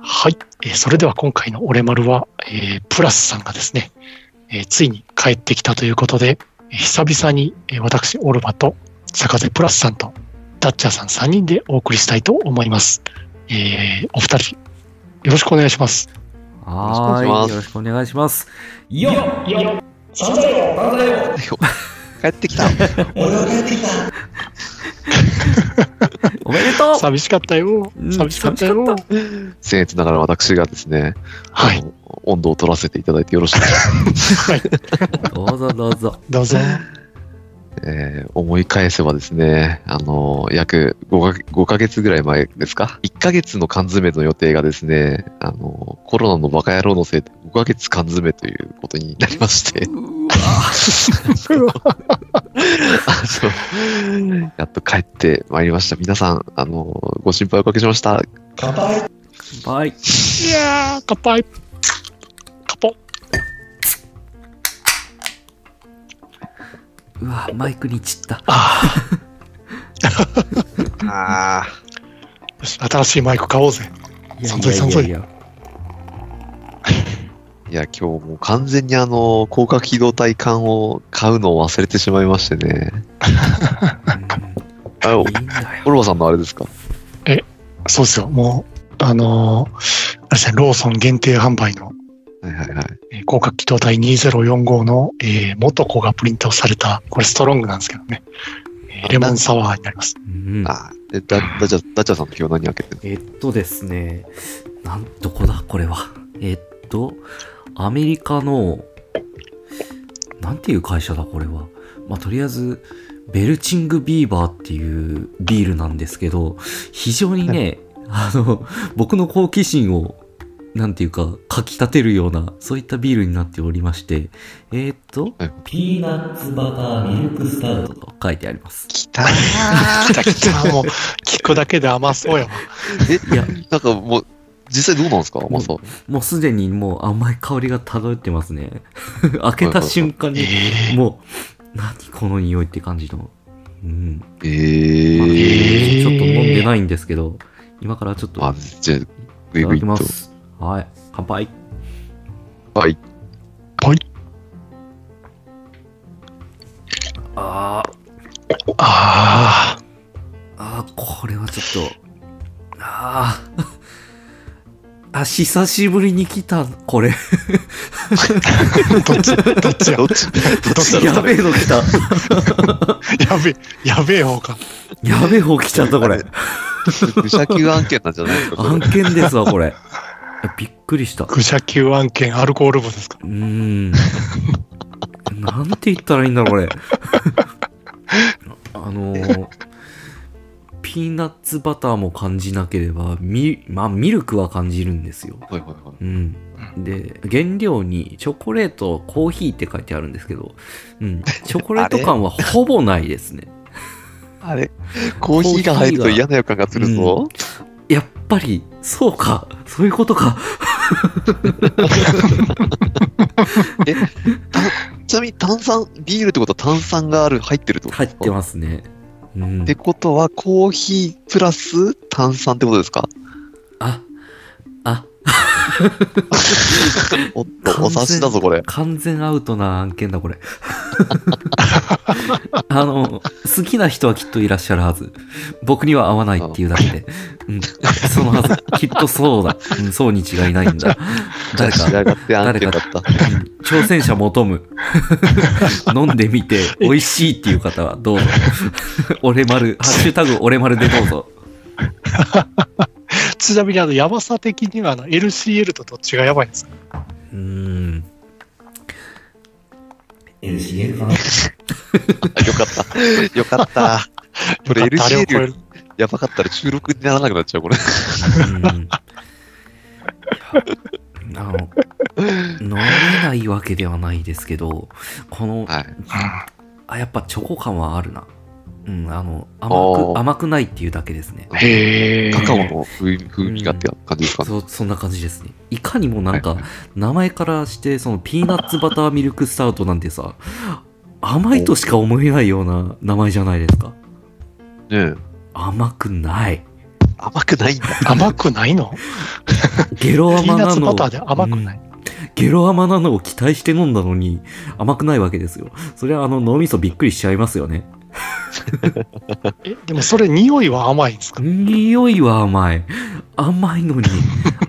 はい、えーそれでは今回のオレマルは、えープラスさんがですね、えーついに帰ってきたということで、えー久々に、えー私、オルマと坂瀬プラスさんとダッチャーさん3人でお送りしたいと思います。えーお二人、よろしくお願いします。はーい。よろしくお願いします。よっ帰ってきた。おめでとう寂しかったよう。ん寂しかったよ寂し。か僭越ながら私がですね、はあい、の温度を取らせていただいてよろしいですか、どうぞどうぞ。どうぞ。えー思い返せばですね、あの、約5か5ヶ月ぐらい前ですか ?1 ヶ月の缶詰の予定がですね、あの、コロナのバカ野郎のせいで5ヶ月缶詰ということになりまして、 あの やっと帰ってまいりました。皆さん、あの、ご心配おかけしました。バイ。いやー、乾杯。カポ。うわ、マイクに散った。ああーよし、新しいマイク買おうぜ。いや散々いやいやいやいや、今日もう完全にあの、広角機動隊缶を買うのを忘れてしまいましてね。あ うんいいんだよ。オルバさんのあれですかそうですよ。もう、あのーあれですね、ローソン限定販売の、はいはいはい。えー広角機動隊2045の、えー元子がプリントされた、これストロングなんですけどね。えーレモンサワーになります。うんあ、え、だ、だちゃ、だちゃさんの今日何開けてるえっとですね、なん、どこだこれは。えっと、アメリカの、なんていう会社だこれは。まあ、とりあえず、ベルチングビーバーっていうビールなんですけど、非常にね、あの、僕の好奇心を、なんていうか、かき立てるような、そういったビールになっておりまして、えっとはい、ピーナッツバターミルクスタウトと書いてあります。き た来た来た、もう、聞くだけで甘そうやわ。え、いやなんかもう、実際どうなんですかまあそう。もうすでにもう甘い香りが漂ってますね。 開けた瞬間に、えもう、何この匂いって感じの。うん。えまだー。ちょっと飲んでないんですけど、今からちょっとまあ、じゃあ、グいイたグだイきとま。す。はい。乾杯。はい。あーー、あー、あー、これはちょっと、あー あ、久しぶりに来た、これ。どっち、どっちや。どっちどっちだろ うやべえの来た。やべえ、やべえ方か。 やべえ方来ちゃった、これ。愚者級案件なんじゃないです かこれ案件ですわ、これ。いやびっくりした。愚者級案件、アルコール部ですか。うーん。なんて言ったらいいんだろう、これ。 あのーピーナッツバターも感じなければ、み、まあ、ミルクは感じるんですよ。はいはいはい。うん。で、原料にチョコレート、コーヒーって書いてあるんですけど、うん。チョコレート感はほぼないですね。あれコーヒーが入ると嫌な予感がするぞ。やっぱり、そうか、そういうことか。ちなみに炭酸、ビールってことは炭酸がある、入ってるってこと入でっすかてますね。うんっ。てことは、コーヒープラス炭酸ってことですかあ、あ、おっと、お察しだぞ、これ。完全アウトな案件だ、これ。 あの、好きな人はきっといらっしゃるはず。僕には合わないっていうだけで。うん。そのはず。きっとそうだ。うん、そうに違いないんだ。誰か、じゃあ、がって案件だった。うん挑戦者求む。 飲んでみて、美味しいっていう方は、どうぞ。 俺丸、ハッシュタグ俺丸でどうぞ。ちなみに、あの、やばさ的には、あの、LCL とどっちがやばいんですかうーん。よか った。よかった。これよかったあれを LCL 超える。やばかったら収録にならなくなっちゃう、これ。うんいやあの、飲めないわけではないですけど、この、はい。あ、やっぱチョコ感はあるな。うん、あの、お甘ーく、甘くないっていうだけですね。へえ。カカオの風味風味がって感じですかね。そ、そんな感じですね。いかにもなんはかいは、名前からして、その、ピーナッツバターミルクスタウトなんてさ、甘いとしか思えないような名前じゃないですか。ねえ甘くない。甘くないんだ。甘くないのゲロピー甘ナッなツのバターで甘くない。ゲロ甘なのを期待して飲んだのに甘くないわけですよ。それはあの脳みそびっくりしちゃいますよね。え、でもそれ匂いは甘いんですか匂いは甘い。甘い のに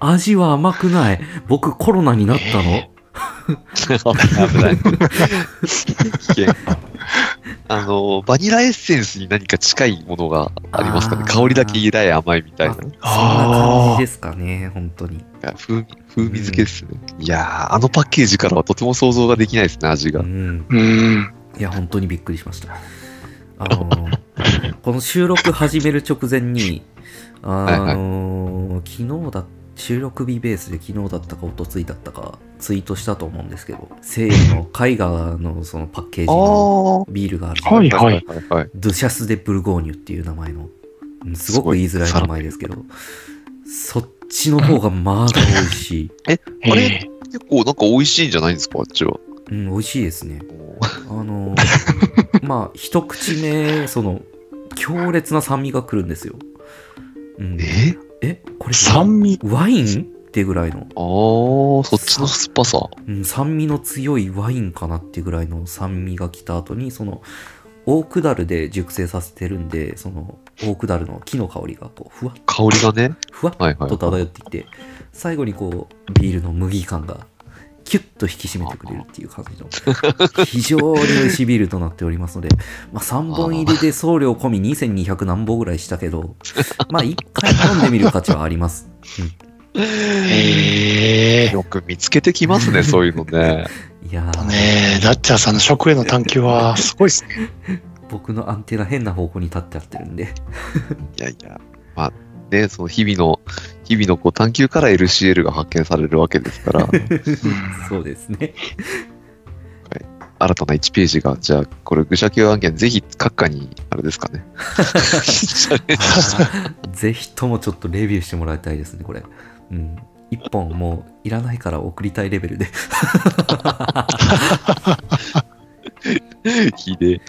味は甘くない。僕コロナになったの。え危ない。危険。あの、バニラエッセンスに何か近いものがありますかね。あー香りだけ嫌い甘いみたいな。そんな感あじーですかね、本当に。風味、風味付けですね。いやー、あのパッケージからはとても想像ができないですね、味うが。ん。うーん。いや、本当にびっくりしました。あのーこの収録始める直前に、あのー昨日だ、収録日ベースで昨日だったか一昨日だったか、ツイートしたと思うんですけど、西洋の絵画のそのパッケージのあビールがあるじゃはないいですかはい。はいはい。ドゥシャス・デ・ブルゴーニュっていう名前の、うんすごく言いづらい名前ですけど、そっちの方がまだ美味しい。えあれえ結構なんか美味しいんじゃないんですか、あっちは。うん、美味しいですね。あのー、まあ、一口目、その、強烈な酸味が来るんですよ。うん、ええこれ酸味。ワインってぐらいの、あー、そっちの酸っぱさ。うん、酸味の強いワインかなってぐらいの酸味が来た後に、その、オークダルで熟成させてるんで、その、オークダルの木の香りが、こう、ふわっ、香りがね。ふわっはいはいと。漂ってきて、最後にこう、ビールの麦感が、キュッと引き締めてくれるっていう感じ の、非常に美味しいビールとなっておりますので、まあ3本入りで送料込み2200何本ぐらいしたけ ど、まあ1回飲んでみる価値はあります。ええよく見つけてきますね、そういうのね。いやー、ねえ、ダッチャーさんの食への探求はすごいですね。僕のアンテナ変な方向に立ってやってるんで、いやいや。まあ、ね、その日々の、日々のこう探求から LCL が発見されるわけですから、うん そうです ね。新たな1ページが、じゃあ、これ、愚者級案件、ぜひ、閣下に、あれですかね。 ぜひともちょっとレビューしてもらいたいですね、これ。うん。1本もういらないから送りたいレベルで。ひでえ。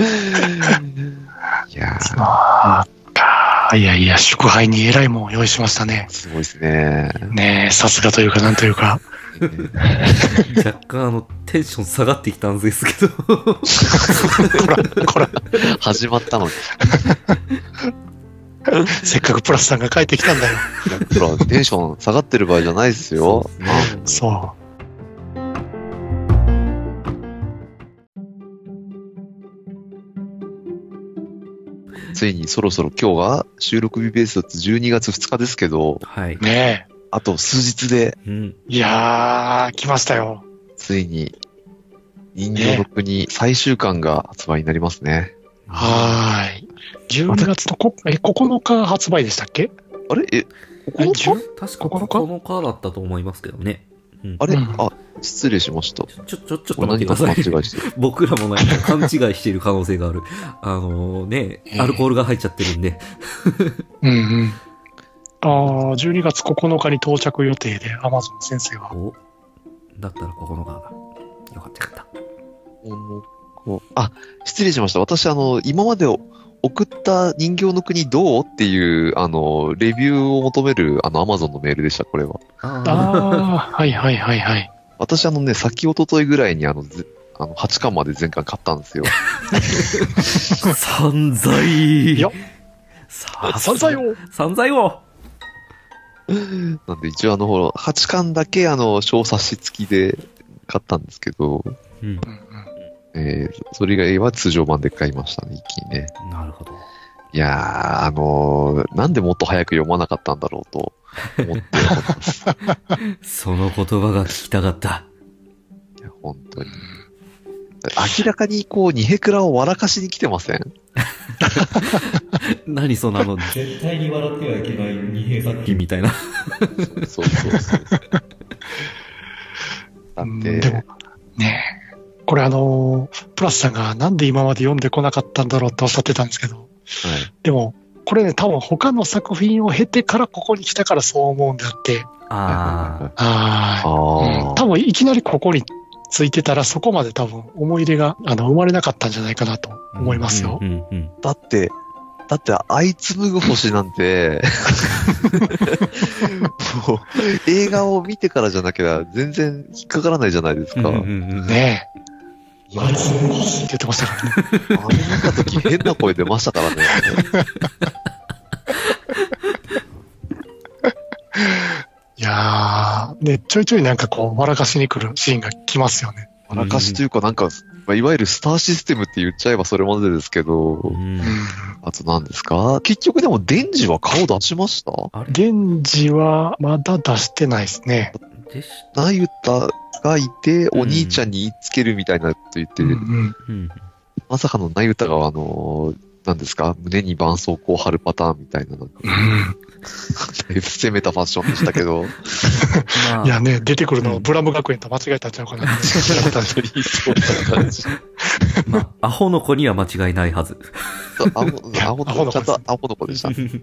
いやー、まあか、いやいや、祝杯に偉いもんを用意しましたね。すごいですね。ねえ、さすがというか、なんというか。 若干あの、テンション下がってきたんですけど。こら、こら、始まったのに。せっかくプラスさんが帰ってきたんだよ。ほら、テンション下がってる場合じゃないですよ。そうですねそ。。ついにそろそろ今日が収録日ベースだと12月2日ですけど、はいうねえ。あと数日で、うん。いやー、来ましたよ。ついに、人形の国最終巻が発売になりますね。はーい。12月のこえ9日発売でしたっけあれえ、えじゅう確か9日9日だったと思いますけどね。うんあれ、うんあ、失礼しました。ちょ、ちょ、ちょ、ちょっこと待れ何ってかくだ間さ違いい。してる。僕らもなんか勘違いしている可能性がある。あのねえ、ーアルコールが入っちゃってるんで。うんうん。あー12月9日に到着予定で、アマゾン先生は。おだったら9日だ。よかったよかった。こうあ、失礼しました。私、あの、今まで送った人形の国どうっていう、あの、レビューを求める、あの、アマゾンのメールでした、これは。ああー、はいはいはいはい。私、あのね、先おとといぐらいに、あの、ずあの8巻まで全巻買ったんですよ。あ、散財いやさあ、散財を散財をなんで、一応、あの、ほら、8巻だけ、あの、小冊子付きで買ったんですけど、うんう。んうんえーそれ以外は通常版で買いましたね、一気にね。なるほど。いやー、あのーなんでもっと早く読まなかったんだろうと思って ます。その言葉が聞きたかった。いや本当に。明らかにこう、ニヘクラを笑かしに来てません何そのあの、絶対に笑ってはいけない二平作品みたいな。そうそうそう。だ うんって、でも、ねえこれあのープラスさんがなんで今まで読んでこなかったんだろうっておっしゃってたんですけど、はいでも、これね、多分他の作品を経てからここに来たからそう思うんであって、あああー、うん、ー多分いきなりここについてたらそこまで多分思い入れがあの生まれなかったんじゃないかなとあ。思いますよ。うんうんうんだって、だって、あいつむぐ星なん て、もう、映画を見てからじゃなきゃ全然引っかからないじゃないですか。うんねえ。いやあいつむぐ星って言ってましたからね。あれ見たとき変な声出ましたから ね。いやー、ね、ちょいちょいなんかこう、笑かしに来るシーンが来ますよね。笑かしというか、なんか、まあいわゆるスターシステムって言っちゃえばそれまでですけうど、んあと何ですか結局でも、デンジは顔出しました源氏はまだ出してないですね。でしナユタがいて、お兄ちゃんに言いつけるみたいなこと言って、うんうん。うんまさかのナユタが、あのー、何ですか胸に絆創膏を貼るパターンみたいな、 なんかうんだいぶ攻めたファッションでしたけど、まいあやね、出てくるのをブラム学園と間違えたんちゃうかなって思ったんですけど。そうな感じ。まあ、アホの子には間違いないはず。アホのアホ子、の子ちゃんとアホの子でした。うん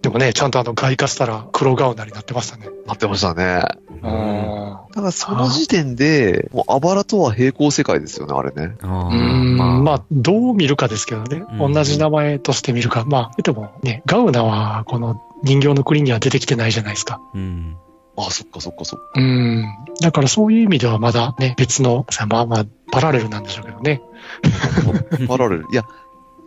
でもね、ちゃんとあの外化したら黒顔なりになってましたね。なってましたね。あただその時点で、もうあばらとは平行世界ですよね、あれね。あうーんままあ、どう見るかですけどね。うん同じ名前として見るか。まあ、でもね、ガウナはこの人形の国には出てきてないじゃないですか。あ、うん。あそっかそっかそっか。うん。だからそういう意味ではまだね、別の、さまあまあ、パラレルなんでしょうけどね。パラレル。いや、だ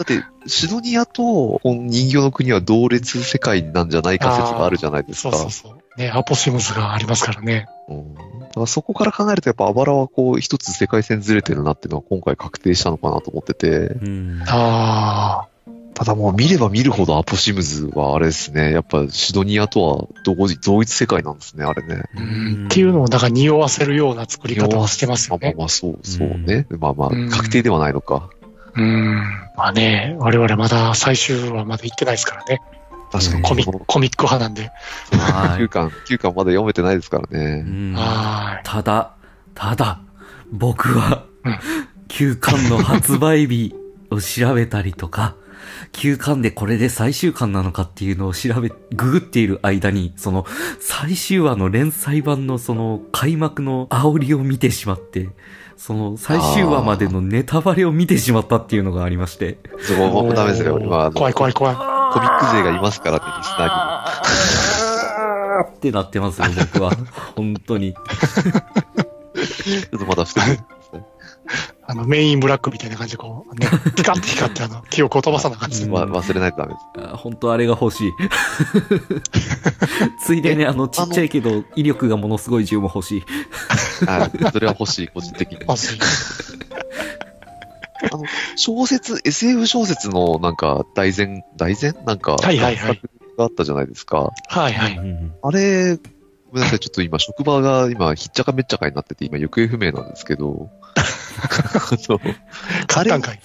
って、シドニアとこの人形の国は同列世界なんじゃないか説があるじゃないですそか。うそうそう。ね、アポシムスがありますからね。うんだからそこから考えると、やっぱあばらはこう、一つ世界線ずれてるなっていうのは今回確定したのかなと思ってて、うん。ああ。ただもう見れば見るほどアポシムズはあれですね、やっぱシドニアとは同時同一世界なんですね、あれね。うんっていうのをなんか匂わせるような作り方をしてますまよあまあね。まあ、そう、そうね。まあまあうん、確定ではないのか。うん。まあね、我々まだ最終話まで行ってないですからね。確かに。コミコミック派なんで。は9い。巻、9巻まだ読めてないですからうね。んはただ、ただ、僕はうん、休館の発売日を調べたりとか、休館でこれで最終巻なのかっていうのを調べ、ググっている間に、その、最終話の連載版のその、開幕の煽りを見てしまって、その、最終話までのネタバレを見てしまったっていうのがありまして。そこい。はダメですよ、今。怖い怖い怖い。コミック勢がいますからね、リスナーにも。 ってなってますよ、僕は。本当に。ちょっとまだ伏せて。あの、メインブラックみたいな感じでこう、ね、ピカッて光ってあの、記憶を飛ばさな感じうんで。わ忘れないとダメです。あ本当あれが欲しい。ついでにあの、ちっちゃいけど、威力がものすごい銃も欲しい。はい。それは欲しい、個人 的に。あし小説、SF 小説のなんか、大前、大前なんか、はいはいはい作があったじゃないですか。はいはい。うんあれ、ごめんなさい、ちょっと今、職場が今、ひっちゃかめっちゃかになってて、今、行方不明なんです けど。そう。簡単かい。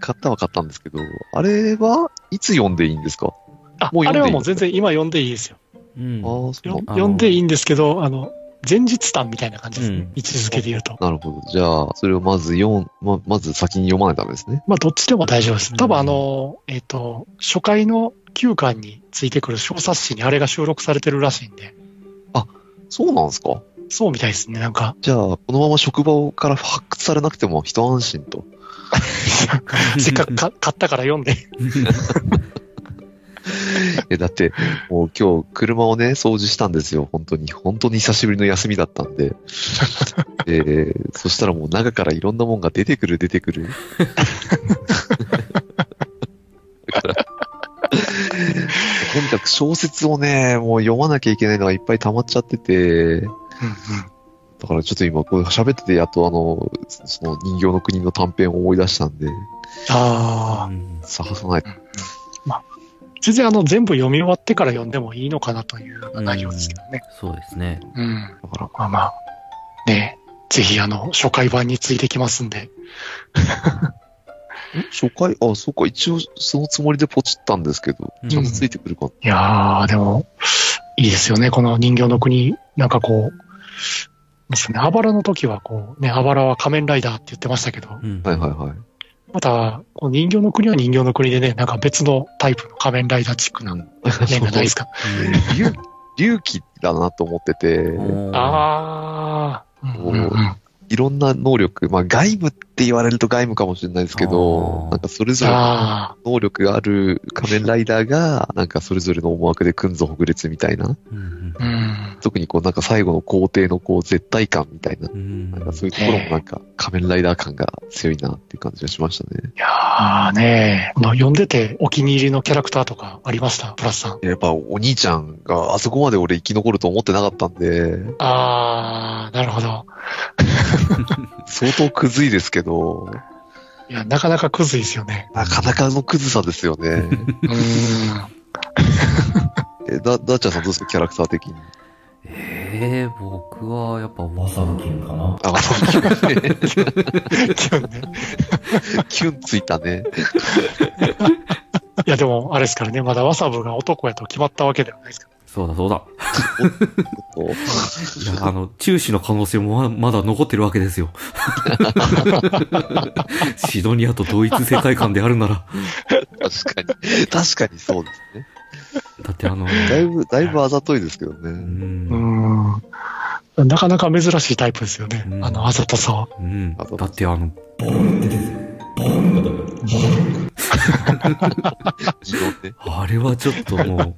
買ったは買ったんですけど、あれはいつ読んでいいんですかあ、もう読んでいいあれはもう全然今読んでいいですよ。うんああー、そうよなんあの読んでいいんですけど、あの、前日談みたいな感じですね。うん位置づけで言うと。なるほど。じゃあ、それをまず読ん、ま、まず先に読まないとダメですね。まあ、どっちでも大丈夫でうす。ん多分あの、えっ、と、初回の9巻についてくる小冊子にあれが収録されてるらしいんで、そうなんですかそうみたいですね。なんか、じゃあ、このまま職場から発掘されなくても一安心と。せっかくか買ったから読んで。え、だって、もう今日車をね、掃除したんですよ。本当に。本当に久しぶりの休みだったん で。えそしたらもう中からいろんなもんが出てくる、出てく る。だからとにかく小説をね、もう読まなきゃいけないのがいっぱい溜まっちゃってて、だからちょっと今、これ喋ってて、やっとあの、その人形の国の短編を思い出したんで、ああ、探さないと。全然あの、全部読み終わってから読んでもいいのかなという内容ですけどね。そうですね。うん。だから、まあまあ、ねぜひあの、初回版についてきますんで。初回、あ、そうか、一応そのつもりでポチったんですけど、うんちゃんとついてくるかな。いやー、でも、いいですよね。この人形の国、なんかこう、ですね。アバラの時はこう、ね、アバラは仮面ライダーって言ってましたけど、うんはいはいはい。また、この人形の国は人形の国でね、なんか別のタイプの仮面ライダーチッ クな面がないですか。龍龍騎だなと思ってて、うんあー、うんうんうんいろんな能力、まあ外部って言われると外部かもしれないですけあどー、なんかそれぞれあ能力がある仮面ライダーが、なんかそれぞれの思惑で組んぞ北列みたいな、うんあ、うん。特にこうなんか最後の工程のこう絶対感みたいな、うんなんかそういうところもなんか仮面ライダー感が強いなっていう感じがしましたね。いやーねこの読んでてお気に入りのキャラクターとかありましたプラスさん。やっぱお兄ちゃんがあそこまで俺生き残ると思ってなかったんで、あー、なるほど。相当くずいですけど、いや、なかなかクズいですよね。なかなかのくずさですよね。う ーん。え、だ、だっちゃんさんどうですかキャラクター的に。ええ僕はやっぱわさぶきんかな。あ、そうキュンね。 キュンね。キュンついたね。いや、でも、あれですからね、まだワサブが男やと決まったわけではないですから。そうだそうだ。こういや、あの、中止の可能性もままだ残ってるわけですよ。シドニアと同一世界観であるなら。確かに。確かにそうですね。だってあの、だいぶ、だいぶあざといですけどうね。ん、うーん。なかなか珍しいタイプですよね。うんあの、あざとさは。うん。だってあの、自動で。あれはちょっとも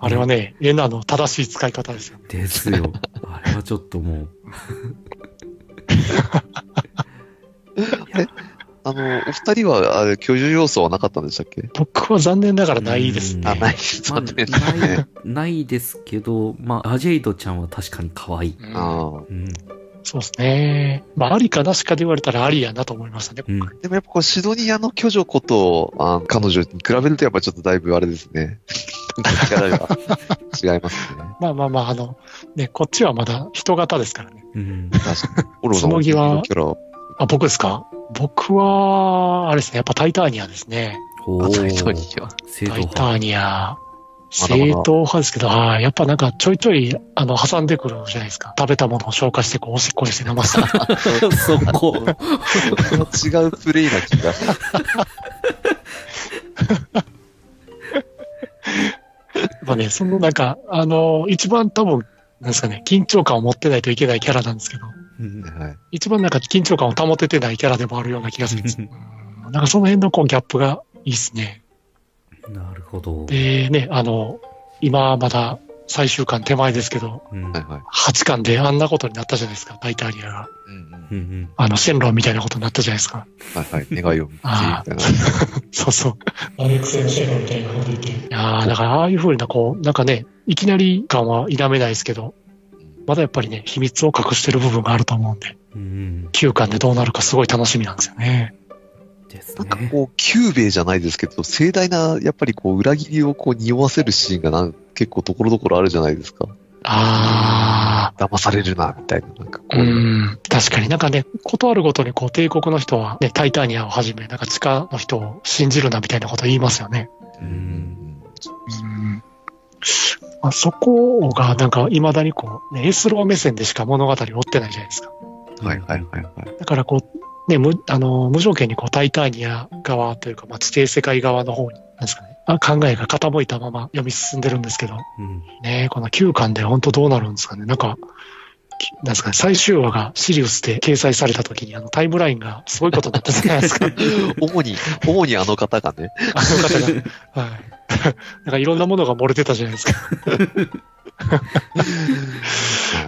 あれはね、エナの正しい使い方ですよ。う、です よ。あれはちょっともう、あの、お二人は、あれ、居住要素はなかったんでしたっけ僕は残念ながらないですうんね。あ、ない。まあ、残念だなねい。、ないですけど、まあ、アジェイドちゃんは確かに可愛い。うんああ。うん。そうですね。まあ、ありかなしかで言われたらありやなと思いましたね。うん。でもやっぱこう、シドニアの巨女こと、あ彼女に比べるとやっぱちょっとだいぶあれです ね。キャラが違いますね。まあまあまあ、あの、ね、こっちはまだ人型ですからね。うん。確 かに。オロさん紬はキャラ、あ、僕ですか僕は、あれですね、やっぱタイターニアですね。おあータイトニア。正タ統イタ派。ーニア。ま正だまだ統派ですけど、ああ、やっぱなんかちょいちょい、あの、挟んでくるじゃないですか。食べたものを消化して、こう、おしっこにして飲ませた。そこ。違うプレイな気が。まあね、そのなんか、あの、一番多分、なんですかね、緊張感を持ってないといけないキャラなんですけど、うんはい。一番なんか緊張感を保ててないキャラでもあるような気がするんです。うんなんかその辺のこうギャップがいいですね。なるほど。で、ね、あの、今まだ最終巻手前ですけど、うんはいはい。 8巻であんなことになったじゃないですか、タイターニアが。うんうん。うんうんあの、シェンロンみたいなことになったじゃないですか。はいはい。願いを見つけみあたいな。そうそう。マネックスのシェンロンみたいなこと言って。いやーだからああいう風なこう、なんかね、いきなり感は否めないですけど、まだやっぱりね、秘密を隠してる部分があると思うんで、うん9巻でどうなるかすごい楽しみなんですよね。ですなんかね。こう、久兵衛じゃないですけど、盛大な、やっぱりこう、裏切りをこう、匂わせるシーンがなん結構ところどころあるじゃないですか。あ騙されるな、みたいな。なんかこー、うう、うん、確かになんかね、ことあるごとにこう、帝国の人はね、タイターニアをはじめ、なんか地下の人を信じるなみたいなこと言いますよね。ううんうんんまあ、そこがなんか未だにこう、ね、エスロー目線でしか物語を追ってないじゃないですか。はいはいはいはい。だからこう、ね、無あの無条件にこうタイターニア側というか、まあ、地底世界側の方に、なんですかね、あ考えが傾いたまま読み進んでるんですけど、うんね、この9巻で本当どうなるんですかね。なんか、きなんですかね、最終話がシリウスで掲載された時にあのタイムラインがすごいことになったじゃない ですか。主に、主にあの方がね、あの方が。はい。 なんかいろんなものが漏れてたじゃないですか。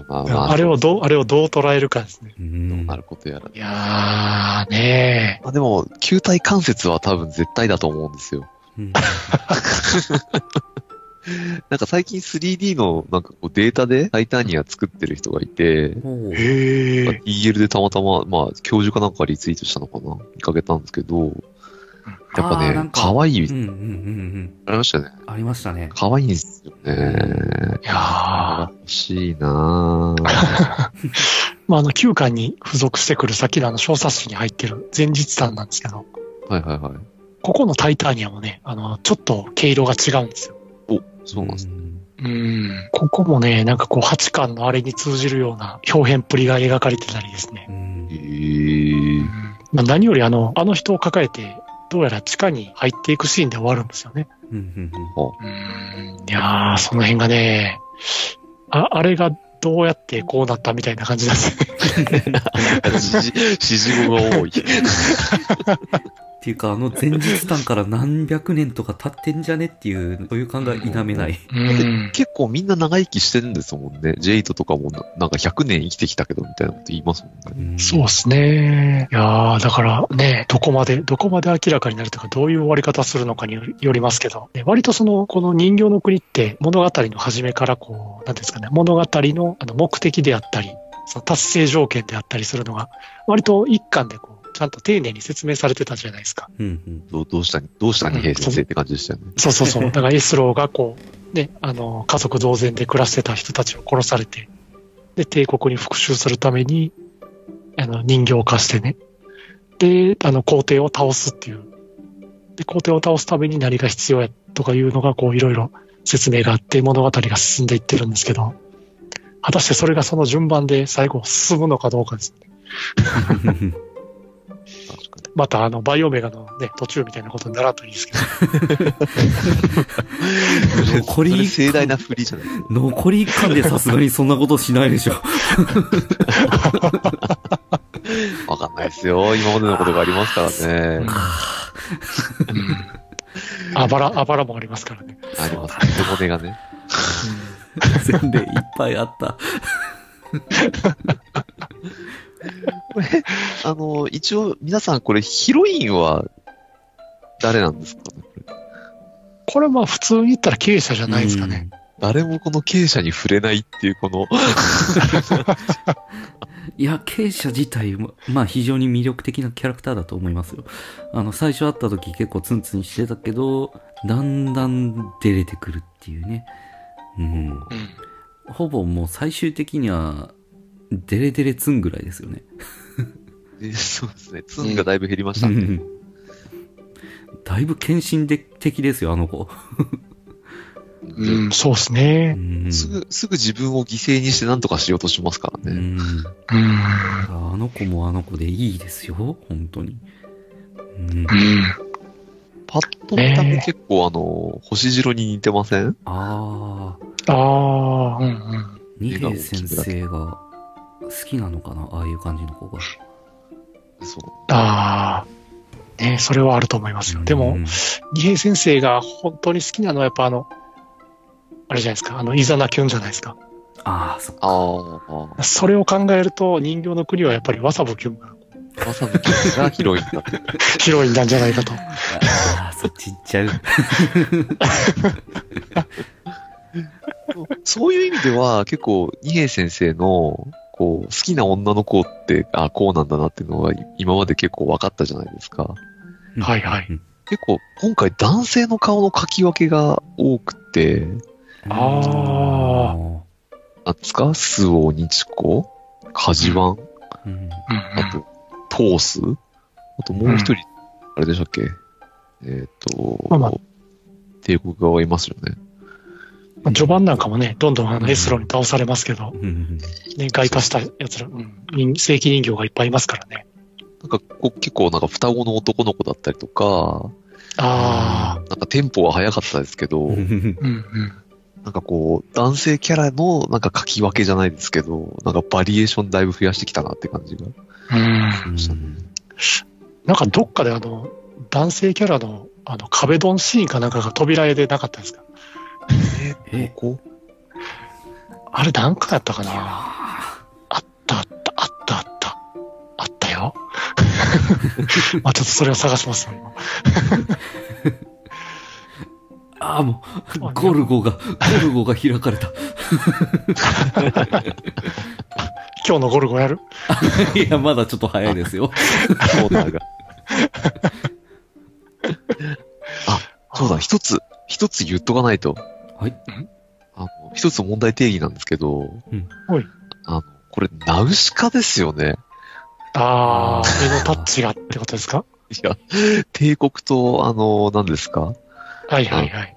まあまあまあ、あれをどう、あれをどう捉えるかですね。うどうんなることやら。いやー、ねまあでも、球体関節は多分絶対だと思うんですよ。うんなんか最近 3D のなんかこうデータでタイタニア作ってる人がいて、ほうへなんか EL でたまたま、まあ、教授かなんかリツイートしたのかな見かけたんですけど、やっぱあーなんね、か可愛い、うんうんうんありましたねう。ん。ありましたね。可愛いんですよね。いやー欲しいな ぁ。まあ、あの、9巻に付属してくるさっきのあの小冊子に入ってる前日譚なんですけど、はいはいはい。ここのタイターニアもね、あの、ちょっと毛色が違うんですよ。お、そうなんです。うん。ここもね、なんかこう、8巻のあれに通じるような表現っぷりが描かれてたりですね。うん うえーん。まあ、何よりあの、あの人を抱えて、どうやら地下に入っていくシーンで終わるんですよね。うんうんうんうん。いやー、その辺がね、あ、あれがどうやってこうなったみたいな感じなんです。指示語が多 い。っていうか、あの前日談から何百年とか経ってんじゃねっていう、そういう感が否めない。うん。結構みんな長生きしてるんですもんね。ジェイトとかもななんか100年生きてきたけどみたいなこと言いますもんね。うんそうですね。いやーだからね、どこまで、どこまで明らかになるとか、どういう終わり方するのかによりよりますけど、ね割とその、この人形の国って物語の初めからこう、なんていうんですかね、物語のあの目的であったり、その達成条件であったりするのが、割と一巻でこう、ちゃんと丁寧に説明されてたじゃないですか。うんうん。どうどうしたに、どうしたに平成って感じでしたよね。そうそうそう。 だからエスローがこう、ね、あの、家族同然で暮らしてた人たちを殺されて、で、帝国に復讐するために、あの、人形化してね。で、あの、皇帝を倒すっていう。で、皇帝を倒すために何が必要やとかいうのが、こう、いろいろ説明があって物語が進んでいってるんですけど、果たしてそれがその順番で最後進むのかどうかですね。また、あの、バイオメガのね、途中みたいなことにならんといいですけど。残りそれ盛大な振りじゃない残り1巻でさすがにそんなことしないでしょ。わかんないですよ。今までのことがありますからね。あばら、あばらもありますからね。あります。手骨がね。全然いっぱいあった。あの、一応、皆さんこれ、ヒロインは、誰なんですかねこれこれまあ普通に言ったら経営者じゃないですかね。誰もこの経営者に触れないっていう、この、うん。いや、経営者自体も、まあ非常に魅力的なキャラクターだと思いますよ。あの、最初会った時結構ツンツンしてたけど、だんだん出れてくるっていうね。うん。ほぼもう最終的には、デレデレツンぐらいですよね。えそうですね。ツンがだいぶ減りましうたね。んだいぶ献身で的ですよ、あの子。うん、でそうですね。うんすぐ、すぐ自分を犠牲にして何とかしようとしますからうね。ん。うん。あの子もあの子でいいですよ、本当に。うんう。ん。パッと見た目結構、あの、星白に似てませんあああ、あ、うんうん。二平先生が好きなのかな、ああいう感じの子が。そう。ああ。ねそれはあると思いますよ。でうもん、二平先生が本当に好きなのはやっぱあの、あれじゃないですか。あの、イザナキュンじゃないですか。ああ、そっか。ああ、それを考えると、人形の国はやっぱりワサボキュンがまさぶきがヒロインだって。ヒロインなんじゃないかと。ああ、そっち行っちゃう。 そういう意味では、結構、二平先生の、こう、好きな女の子って、あこうなんだなっていうのが、今まで結構分かったじゃないですか。 はいはいうん。結構、今回男性の顔の描き分けが多くて、あなんですか周防日子カジワンうん。うんあと、トースあともう一人、あれでしたっけえっ、と、まあまあ帝国側がいますよね。うん。序盤なんかもね、どんどんあのエスローに倒されますけど、うんね、外化したやつら、うん、人正規人形がいっぱいいますからね。なんかこう、結構なんか双子の男の子だったりとか、ああ、なんかテンポは早かったですけど、うんうんうん。なんかこう、男性キャラのなんか書き分けじゃないですけど、なんかバリエーションだいぶ増やしてきたなって感じが。うんうんなんかどっかであの、男性キャラの、あの、壁ドンシーンかなんかが扉絵でなかったですかえ、ここあれなんかやったかいやなーあったあった、あったあった。あったよ。まあちょっとそれを探しますよ、ああ、も今う、ゴルゴが、ゴルゴが開かれた。今日のゴルゴやるいや、まだちょっと早いです よ。コー ナーが。あ、そうだ、一つ、一つ言っとかないと。はい。あの、一つ問題定義なんですけど、うんはいあの、これ、ナウシカですよね。あああ、ー絵のタッチがってことですかいや、帝国と、あの、何ですかはいはいはい。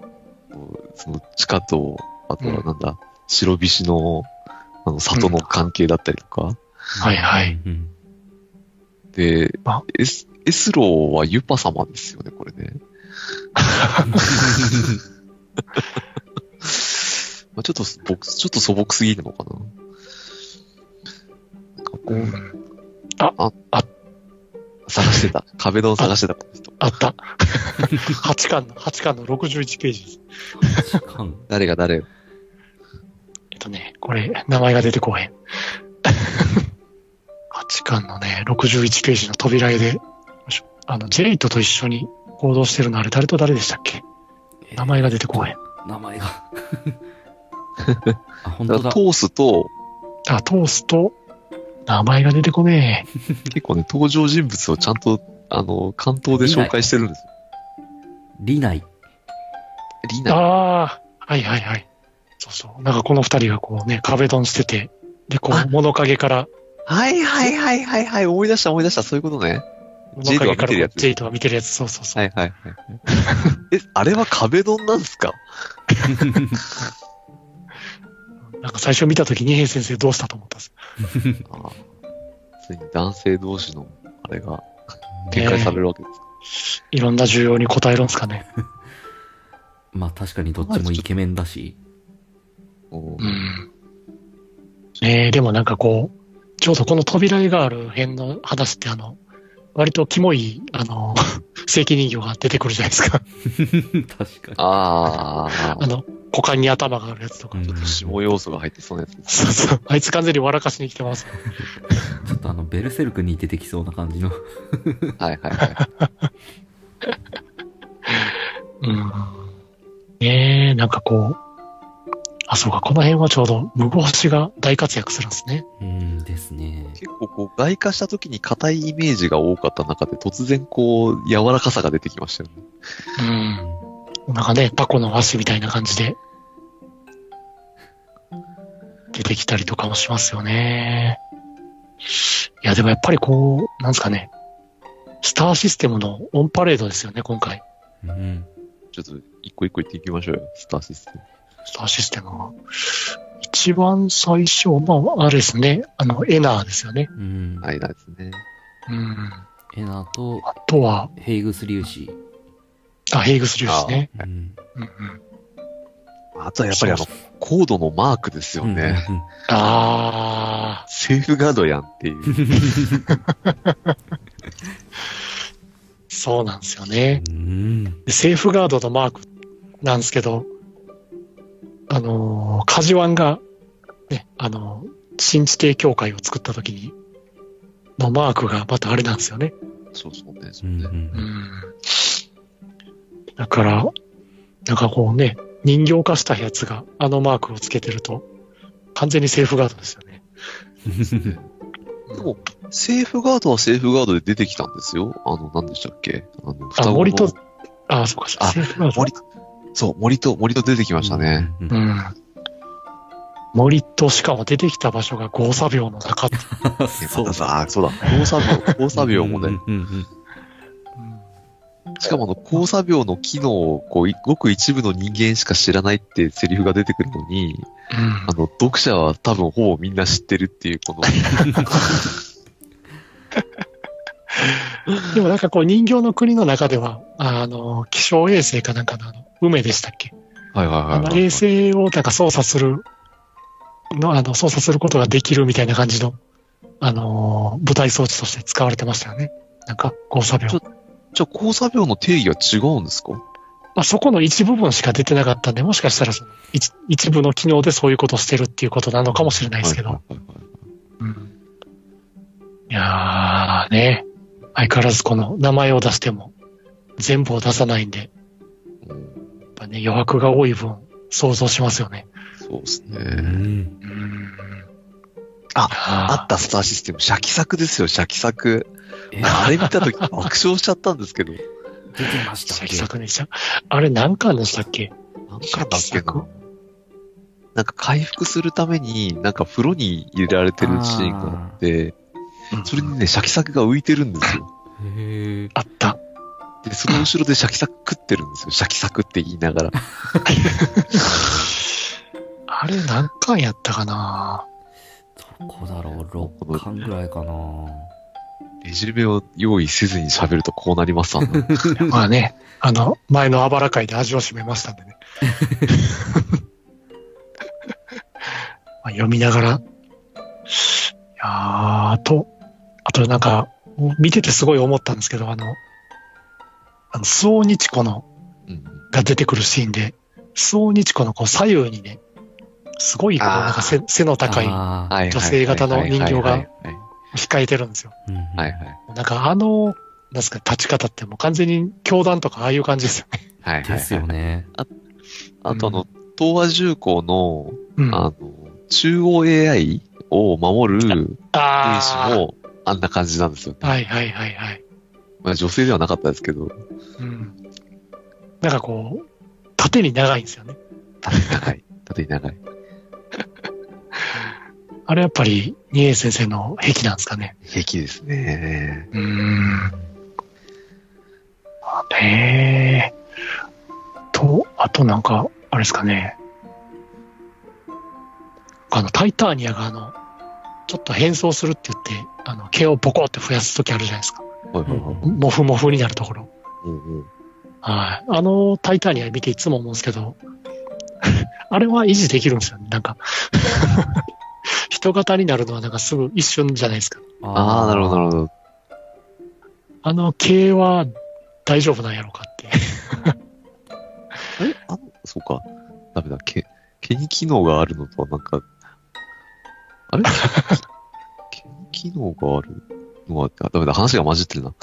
その、地下と、あとうはんなんだ、白菱の、あの、里の関係だったりとか。はいはい。うん。であ、エス、エスローはユパ様ですよね、これね。まあちょっと、僕、ちょっと素朴すぎるのかな。うん探してた。壁ドン探してた、この人。あった。8巻の、8巻の61ページです。時間。誰が誰えっとね、これ、名前が出てこうへん。8巻のね、61ページの扉絵で、よいしょあの、ジェイトと一緒に行動してるのあれ、誰と誰でしたっけえー名前が出てこうへん。名前 が。あ、本だ当からだ。通すと、あ、通すと、名前が出てこねえ。結構ね、登場人物をちゃんと、あの、関東で紹介してるんですよ。リナイ。リナ。ああ、はいはいはい。そうそう。なんかこの二人がこうね、壁ドンしてて、で、こあう、物陰から、はいはいはいはいはい、思い出した思い出した、そういうことね。ジェ物陰イドが見からてるやこつうジェイトが見てるやつ、そうそうそう。はいはいはい。え、あれは壁ドンなんですかなんか最初見たときに、え先生どうしたと思ったんです。あーついに男性同士の、あれが、ね展開されるわけです。いろんな需要に応えるんですかね。まあ確かにどっちもイケメンだし。おうーん。ねえ、でもなんかこう、ちょうどこの扉絵がある辺の話って、あの、割とキモい、あの、 正規人形が出てくるじゃないですか。確かに。ああ ー、の、股間に頭があるやつとか。うんちょ下要素が入ってそうなやつです。そうそう。あいつ完全に笑かしに来てます。っとあの、ベルセルクに出てきそうな感じの。はいはいはい。うん。ねえ、なんかこう。あ、そうか、この辺はちょうど、無星が大活躍するんですね。うんですね。結構こう、外化した時に硬いイメージが多かった中で、突然こう、柔らかさが出てきましたよね。うん。なんかね、タコの足みたいな感じで、出てきたりとかもしますよね。いや、でもやっぱりこう、なんですかね、スターシステムのオンパレードですよね、今回。うん。ちょっと、一個一個言っていきましょうよ、スターシステム。スターシステムは。一番最初、まあ、あれですね、あの、エナーですよね。うん。はい、なんですね。うん。エナとあとは、ヘイグス粒子。あ、ヘイグス粒子ね。うん。うんうん、あとはやっぱりあの、コードのマークですよね。うんうんああ、セーフガードやんっていう。 そうなんですよね。うん。。でセーフガードのマークなんですけど、あのーカジワンが、ね、あのー新地底協会を作った時に、のマークがまたあれなんですよね。そうそうね、そううね。うんん。だから、なんかこうね、人形化したやつがあのマークをつけてると、完全にセーフガードですよね。でも、セーフガードはセーフガードで出てきたんですよ。あの、何でしたっけあの、双子の森とああ、そうか、あセーフガード。森そう、森と、森と出てきましたね。。うんう。ん。森としかも出てきた場所がゴーサビオの中ってあねそまたう。さ、あそうだ、交差 病、交差病もね、うんうんしかもあの、交差病の機能を、こう、いごく一部の人間しか知らないってセリフが出てくるのに、あの、読者は多分ほぼみんな知ってるっていう、 この、でもなんかこう人形の国の中では、あの、気象衛星かなんかのあの、梅でしたっけはいあはいのはい、衛星をなんか操作する、の、あの、操作することができるみたいな感じの、あのー、舞台装置として使われてましたよね。なんか、交差ちょ病。じゃあ、交差病の定義は違うんですかまあ、そこの一部分しか出てなかったんで、もしかしたらその一、一部の機能でそういうことをしてるっていうことなのかもしれないですけど。はいはいはいはいうんいやーね、相変わらずこの名前を出しても、全部を出さないんで、うんやっぱね、余白が多い分、想像しますよね。そうですね。うん。うん。あああったスターシステム、シャキサクですよ、シャキサク。え、あれ見たとき爆笑しちゃったんですけど。出てましたっシャけキサクでした。あれ何巻でしたっけなんかだっシャけキサクな。なんか回復するために、なんか風呂に入れられてるシーンがあって、それにね、シャキサクが浮いてるんですよ。へえ。あった。で、その後ろでシャキサク食ってるんですよ。シャキサクって言い ながら。あれ何巻やったかなどこだろう ?6 巻ぐらいかなレジュメを用意せずに喋るとこうなりま すわねま あね、あの、前のあばら会で味を占めましたんでね。 まあ読みながら、いやあーと、あとなんか、見ててすごい思ったんですけど、あの、あの、スオニチコの、うん。が出てくるシーンで、スオニチコのこう左右にね、すごいこう、あーなんか背背の高い、あーはいはいはいはい女性型の人形がはいはい控えてるんですよ。うんうんはいはい。なんかあの、なんですか、立ち方ってもう完全に教団とかああいう感じですよね。はいはいはい。ですよ。ね。あとあの、東和重工の、うん。あの、中央 AI を守る兵士あも、あんな感じなんですよね。あ。はいはいはいはい。まあ、女性ではなかったですけど、うん。なんかこう、縦に長いんですよね。縦に長い。縦に長い。あれやっぱり、ニエ先生の癖なんですかね。平気ですね。うーん。ねえ。と、あとなんか、あれですかね。あの、タイターニアがあの、ちょっと変装するって言って、あの、毛をボコって増やすときあるじゃないですか。はいはいはい。モフモフになるところ。うんうん。はい。あの、タイターニア見ていつも思うんですけど、 あれは維持できるんですよね。なんか、 人型になるのはなんかすぐ一瞬じゃないですか。ああ、なるほど、なるほど。あの、系は大丈夫なんやろうかって。えあそうか。ダメだ。毛、毛に機能があるのとはなんか、あ れ毛に機能があるのは、あダメだ。話が混じってるな。は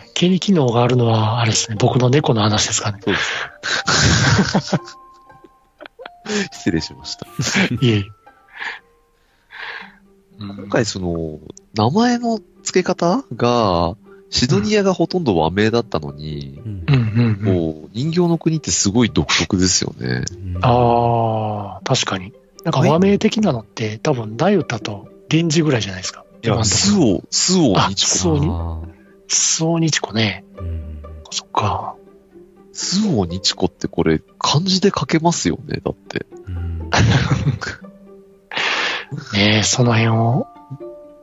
い。毛に機能があるのは、あれですね。僕の猫の話ですか ね。そうです。失礼しました。いえいえ。今回その、名前の付け方が、シドニアがほとんど和名だったのに、うんうんうんうん。もう人形の国ってすごい独特ですよね。うんああ、確かに。なんか和名的なのって、多分、ナユタとリンジぐらいじゃないですか。いや、スオ。オ、スオあニチスコ。オにあスオニチコね。ーうんそっか。スオニチコってこれ漢字で書けますよね、だって。うんねえ、その辺を、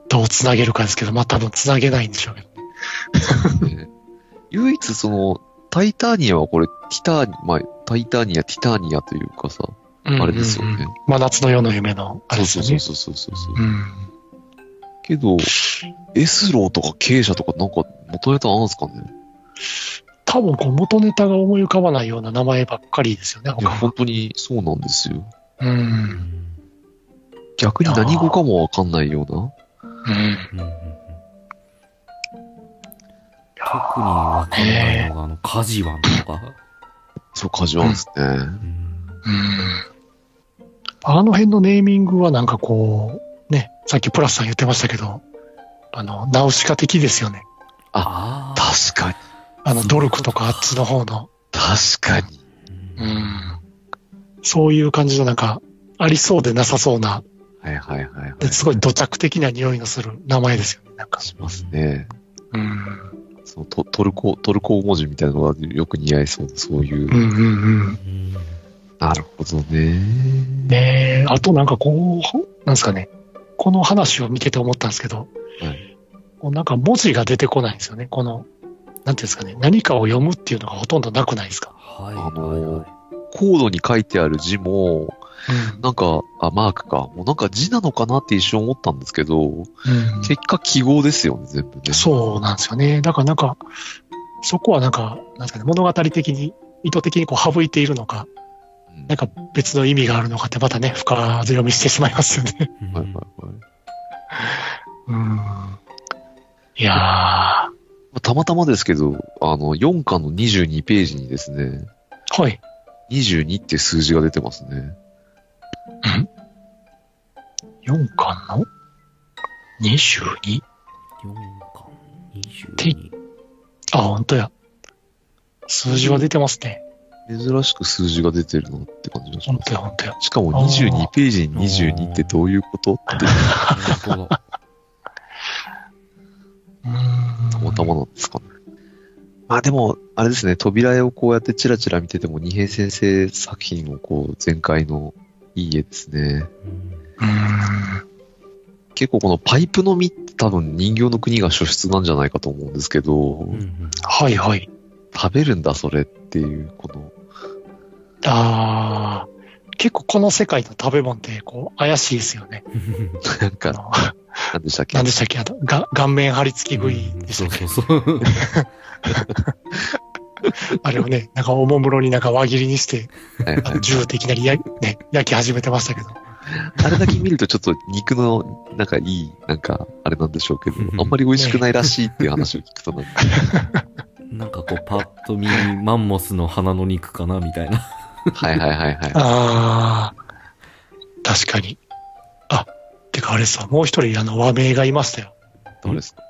どう繋げるかですけど、まあ多分繋げないんでしょうけど。ね唯一その、タイターニアはこれ、ティターニ、まあ、タイターニア、ティターニアというかさ、あれですようんうんうねん。。真夏の夜の夢の、あれですよね。そうそうそうそうそうう。ん。けど、エスローとか経営者とかなんか元ネタなんですかね多分、こう、元ネタが思い浮かばないような名前ばっかりですよね、いや、他は。本当にそうなんですよ。う。うんん逆に何語かもわかんないような。うん。うんうん特にわかんないのが、あの、カジワンとか。そう、カジュアンですね。うんうんあの辺のネーミングはなんかこう、ね、さっきプラスさん言ってましたけど、あの、ナウシカ的ですよね。ああ。確かに、あの、ドルクとかあっちの方の。確かに。う。ん。そういう感じのなんか、ありそうでなさそうな、はいはいはい、はでい。すごい土着的な匂いのする名前ですよね。なんか。しますね。うん。そのトトルコ、トルコ文字みたいなのがよく似合いそう。そういう。うんうんうん。うんなるほどね。ねえ、あとなんかこう、なんですかね。この話を見てて思ったんですけど、はこうなんか文字が出てこないんですよね。この、なんていうんですかね。何かを読むっていうのがほとんどなくないですか。はい。あのーはいコードに書いてある字も、うんなんか、あ、マークか。もうなんか字なのかなって一瞬思ったんですけど、うん結果記号ですよね、全部ね。そうなんですよね。だからなんか、そこはなんか、なんですかね、物語的に、意図的にこう省いているのか、うん。なんか別の意味があるのかってまたね、深読みしてしまいますよね。はいはいははい。うん。いやまあたまたまですけど、あの、4巻の22ページにですね、ー、はい。 22って数字が出てますね。 4巻の 22? い。4巻て22。あ、本当や。数字は出てますね。珍しく数字が出てるなって感じがし本ます当。や、本当や。しかもあー22ページに22ってどういうことって本当だ。うたんまたまなんですかね。まあでも、あれですね、扉絵をこうやってチラチラ見てても、二平先生作品をこう、全開のいい絵ですね。ううんん。結構このパイプの実って多分人形の国が初出なんじゃないかと思うんですけど、うんうんはいはい。食べるんだそれっていう、この、 あー、結構この世界の食べ物って、こう、怪しいですよね。 なんあか、の何でしたっけ何でしたっけあのが顔面張り付き食いうんでしそたうっけ、そうそう。あれをね、なんかおもむろになんか輪切りにして、はいはいあの銃っていきなりや、ね、焼き始めてましたけど。あれだけ見るとちょっと肉の、なんかいい、なんか、あれなんでしょうけど、あんまり美味しくないらしいっていう話を聞くとなん か、 なんかこう、パッと見、マンモスの鼻の肉かなみたいな。はいはいはいはい。あー、確かに。あ、てかあれさ、もう一人あの和名がいましたよ。どうですか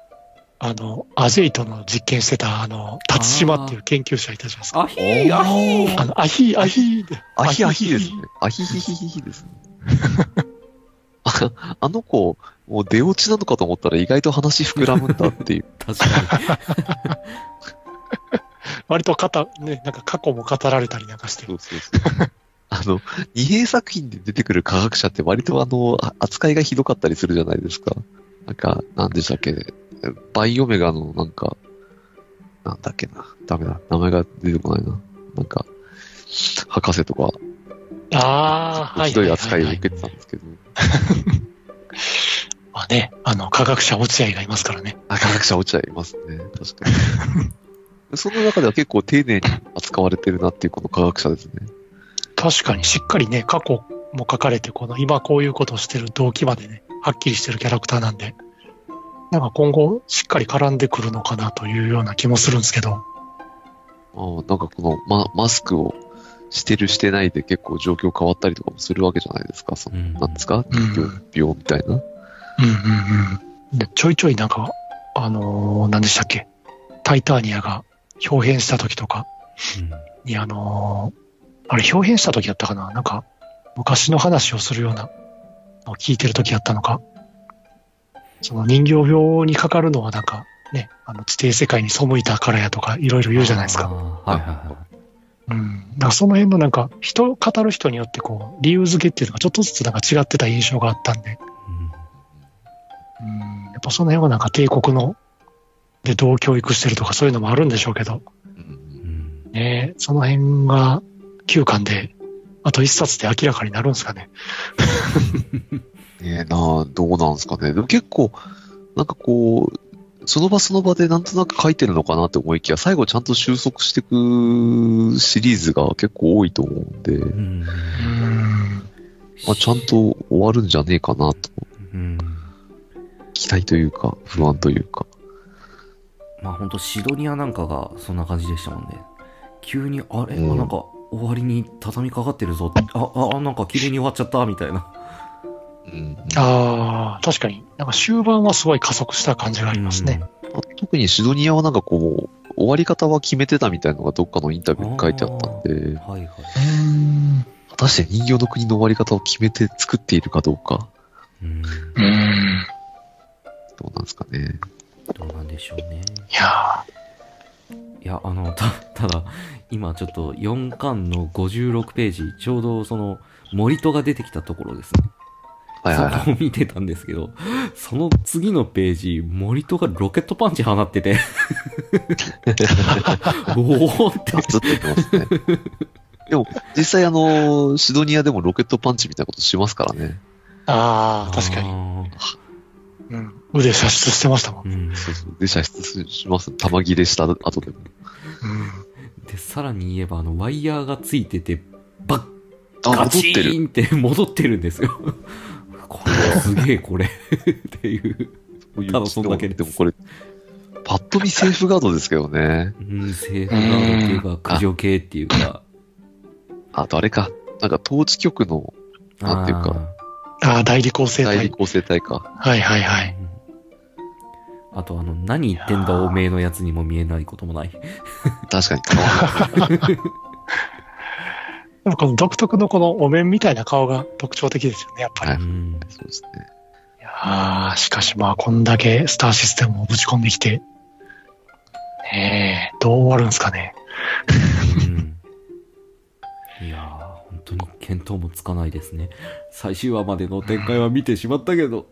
あの、アジェイトの実験してた、あの、辰島っていう研究者いたじゃないですか。アヒーアヒーあの、アヒー、アヒーで。アヒアヒですね。アヒヒヒヒヒですね。あ あの子、もう出落ちなのかと思ったら意外と話膨らむんだっていう。確か割と語、ね、なんか過去も語られたりなんかして そ。うそうそう。あの、二平作品で出てくる科学者って割とあの、あ扱いがひどかったりするじゃないですか。なんか、なんでしたっけ、バイオメガのなんか、なんだっけな、ダメだ、名前が出てこないな。なんか、博士とか、ああ、はい。ひどい扱いをはは受はけてたんですけど、まあね、あの、科学者落合がいますからね。あ、科学者落ちちゃいますね、確かに。その中では結構丁寧に扱われてるなっていうこの科学者ですね。確かにしっかりね、過去も書かれて、この今こういうことをしてる動機までね、はっきりしてるキャラクターなんで、なんか今後しっかり絡んでくるのかなというような気もするんですけど、あーなんかこの、ま、マスクをしてるしてないで結構状況変わったりとかもするわけじゃないですか。その に。なんですかうん病病みたいな。うんうんうん。でちょいちょいなんか、あのー何でしたっけ、タイターニアが表変した時とかうんに、あのーあれ表変した時だったかななんか、昔の話をするようなのを聞いてる時だったのか、その人形病にかかるのはなんか、ね、あの地底世界に背いたからやとかいろいろ言うじゃないですか。あーはいはいはうん。だからその辺のなんか、人、語る人によってこう、理由付けっていうのがちょっとずつなんか違ってた印象があったんで、い。うんうん。やっぱその辺はなんか帝国の、で、同教育してるとかそういうのもあるんでしょうけど、うんうんねその辺が9巻で、あと1冊で明らかになるんですかね。ねえなあどうなんですかね。でも結構、なんかこう、その場その場でなんとなく書いてるのかなって思いきや、最後ちゃんと収束していくシリーズが結構多いと思うんで、うんうん。まあ、ちゃんと終わるんじゃねえかなと、うん期待というか、不安というか。まあ本当シドニアなんかがそんな感じでしたもんね。急に、あれ、うんなんか終わりに畳みかかってるぞって、あ、あ、あなんか綺麗に終わっちゃったみたいな。うんああ、確かに。なんか終盤はすごい加速した感じがありますね。あ特にシドニアはなんかこう、終わり方は決めてたみたいなのがどっかのインタビューに書いてあったんうん。で、はいはい。うん。果たして人形の国の終わり方を決めて作っているかどうか、うん。うん。どうなんですかね。どうなんでしょうね。いやいや、あの、た、 ただ、今ちょっと4巻の56ページ、ちょうどその、森戸が出てきたところですね。はいはいはい。そこを見てたんですけど、その次のページ、森戸がロケットパンチ放って て、おおって。ずっと言ってますね。 でも、実際あの、シドニアでもロケットパンチみたいなことしますからね。ーああ、確かに。に。うん。腕射出してましたもん。うん。そうそう。で、射出します。弾切れした後でも。うん。で、さらに言えば、あの、ワイヤーがついてて、バッあ、ガ戻っチてる。ーンって戻ってるんですよ。 これはすげえ、これ。 っていう。こういうただそんだけですでもこれ、パッと見セーフガードですけどね。うん、セーフガードっていうか、駆除系っていうか。あとあれか。なんか統治局のなんていうかああ、代理構成代体。理構成体か。はいはいはあーい。あと、あの、何言ってんだ、おめえのやつにも見えないこともない。確か に変わらない。でもこの独特のこのお面みたいな顔が特徴的ですよね、やっぱり。はうん。そうですね。いやあしかしまあ、こんだけスターシステムをぶち込んできて、ねえ、どう終わるんですかね。うんいやー、本当に見当もつかないですね。最終話までの展開は見てしまったけど。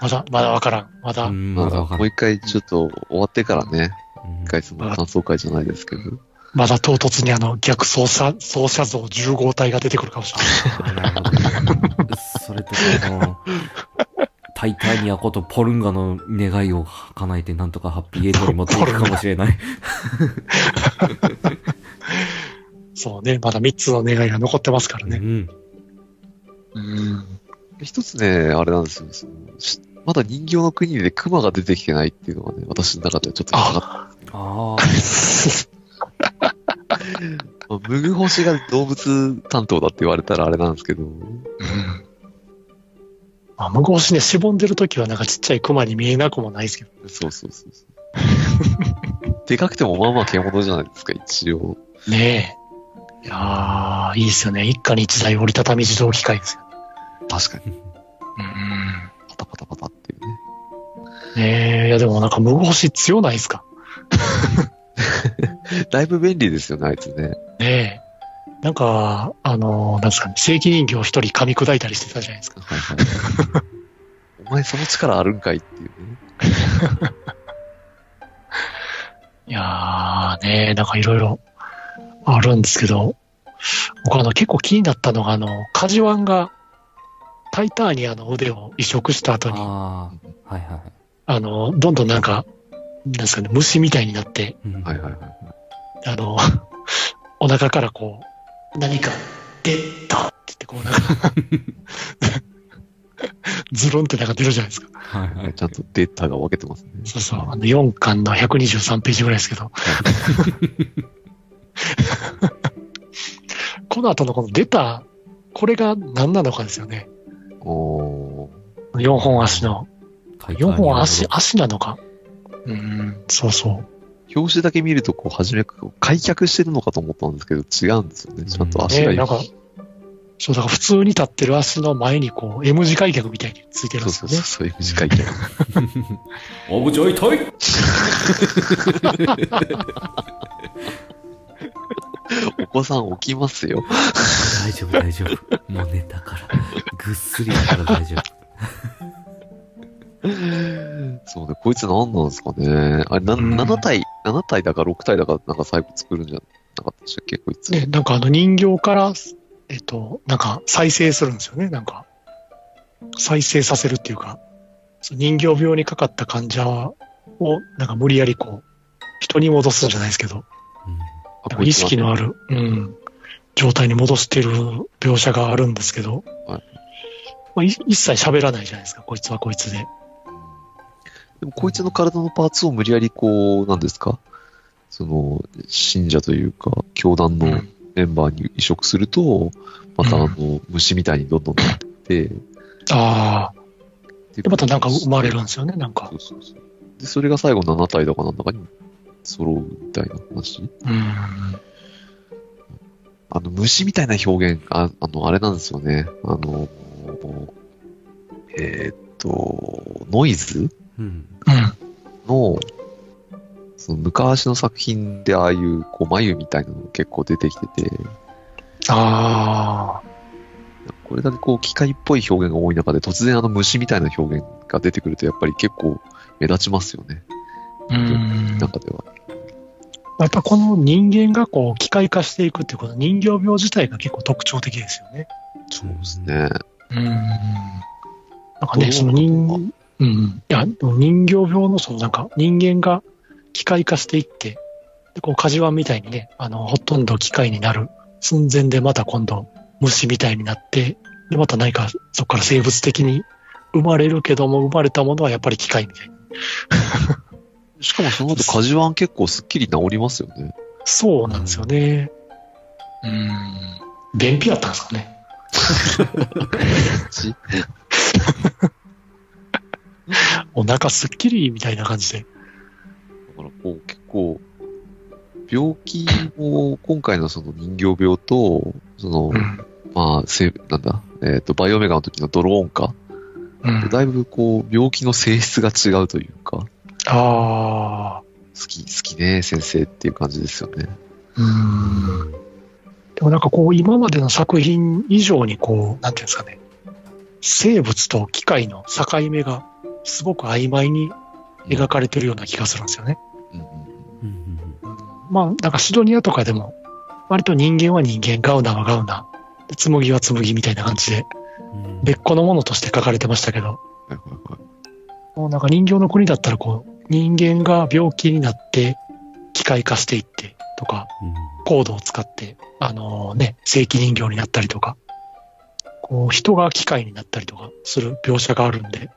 まだ、まだわからん。まだ、うんままだあ、わかんなもうい一回ちょっと終わってからね、うん一回その感想会じゃないですけど、まだ唐突にあの逆走車、走車像10号体が出てくるかもしれない。あなるほど それとあの、タイタニアことポルンガの願いを叶えてなんとかハッピーエイトに持っていくかもしれない。そうね、まだ3つの願いが残ってますからうね。ん。うん。一つね、あれなんですよ。そのしまだ人形の国で熊が出てきてないっていうのがね、私の中ではちょっと引っかかっああ、た。まあムグ星が動物担当だって言われたらあれなんですけど、 まあ、無腰ね、しぼんでるときはなんかちっちゃい熊に見えなくもないですけど。そうそう そうそう。でかくてもまあまあ獣じゃないですか、一応。ねえ。いやー、いいですよね。一家に一台折りたたみ自動機械ですよ。確かに。うん。パタパタパタっていうね。ねえ、いやでもなんか無腰強ないですか。だいぶ便利ですよね、あいつね。ねえ。なんか、あのーなんですかね、正規人形一人噛み砕いたりしてたじゃないですか。はいはい。 お前その力あるんかいっていうね。いやー、ねえ、なんかいろいろあるんですけど、僕あの結構気になったのが、あの、カジワンがタイターニアの腕を移植した後に、ああ、はいはいはい。あの、どんどんなんか、なんですかね、虫みたいになって、うんはいはいはい。あの、 お腹からこう、何か出たって言って、こうなん か、ズロンってなんか出るじゃないですか。はいはいちゃんとデータが分けてますね。そうそう。あの、4巻の123ページぐらいですけど。 この後のこの出た、これが何なのかですよね。おー。 4本足の。タイタニア4の本足、足なのか。うん、そうそう。表紙だけ見ると、こう、初め、こう開脚してるのかと思ったんですけど、違うんですよね。ちゃんと足ねなが、んか、そう、だから普通に立ってる足の前にこう、M 字開脚みたいについてるんそうですそようねそう、。そういう短い脚。おぶちょいといお子さん起きますよ。大丈夫大丈夫。もう寝たから。ぐっすりだから大丈夫。そうね、こいつ何なんですかね。あれ、な、うん7体、7体だか6体だか、なんか最後作るんじゃなかったでしたっけ、こいつ。ね、なんかあの人形から、えっと、なんか再生するんですよね、なんか。再生させるっていうか、その人形病にかかった患者を、なんか無理やりこう、人に戻すんじゃないですけど、うんあなんか意識のあ。る、うん、状態に戻してる描写があるんですけど、はいまあ、い一切喋らないじゃないですか、こいつはこいつで。でも、こいつの体のパーツを無理やり、こう、なんですかその、信者というか、教団のうんメンバーに移植すると、また、うんあの、虫みたいにどんどんなってって、ああ。で、またなんか生まれるんんですよね、なんかそ。うそうそう。で、それが最後7体だかなんだかに揃うみたいな話。うん。あの、虫みたいな表現、ああの、あれなんですよね。あの、えーっと、ノイズうん。うん。の、その昔の作品でああいう、こう、眉みたいなのが結構出てきてて、ああ。これだけこう、機械っぽい表現が多い中で、突然あの虫みたいな表現が出てくると、やっぱり結構目立ちますよね。うん。中では。やっぱこの人間がこう機械化していくっていうこの人形病自体が結構特徴的ですよね。そうです。ねうん。なんかどうね、その人、うん。いや、でも人形病のそのなんか人間が機械化していって、で、こうカジワンみたいにね、あの、ほとんど機械になる寸前でまた今度虫みたいになって、で、また何かそこから生物的に生まれるけども生まれたものはやっぱり機械みたいな。しかもその後、カジワン結構スッキリ治りますよね。そうなんですよね。うん。便秘だったんですかね。ちお腹すっきりみたいな感じで。だからこう結構、病気も今回のその人形病と、その、うん。まあ、せなんだ、えっ、と、バイオメガの時のドローン化、うん、だいぶこう、病気の性質が違うというか、好ああ。き、好きね、先生っていう感じですよね。うん。でもなんかこう、今までの作品以上にこう、なんていうんですかね。生物と機械の境目がすごく曖昧に描かれてるような気がするんですよね。うんうんううんんうんうんうんまあ、なんかシドニアとかでも、割と人間は人間、ガウナはガウナ、で紬は紬みたいな感じで、うん別個のものとして書かれてましたけど、はいはいはいもうなんか人形の国だったらこう、人間が病気になって、機械化していってとか、コードを使って、あのね、正規人形になったりとか、こう、人が機械になったりとかする描写があるんで、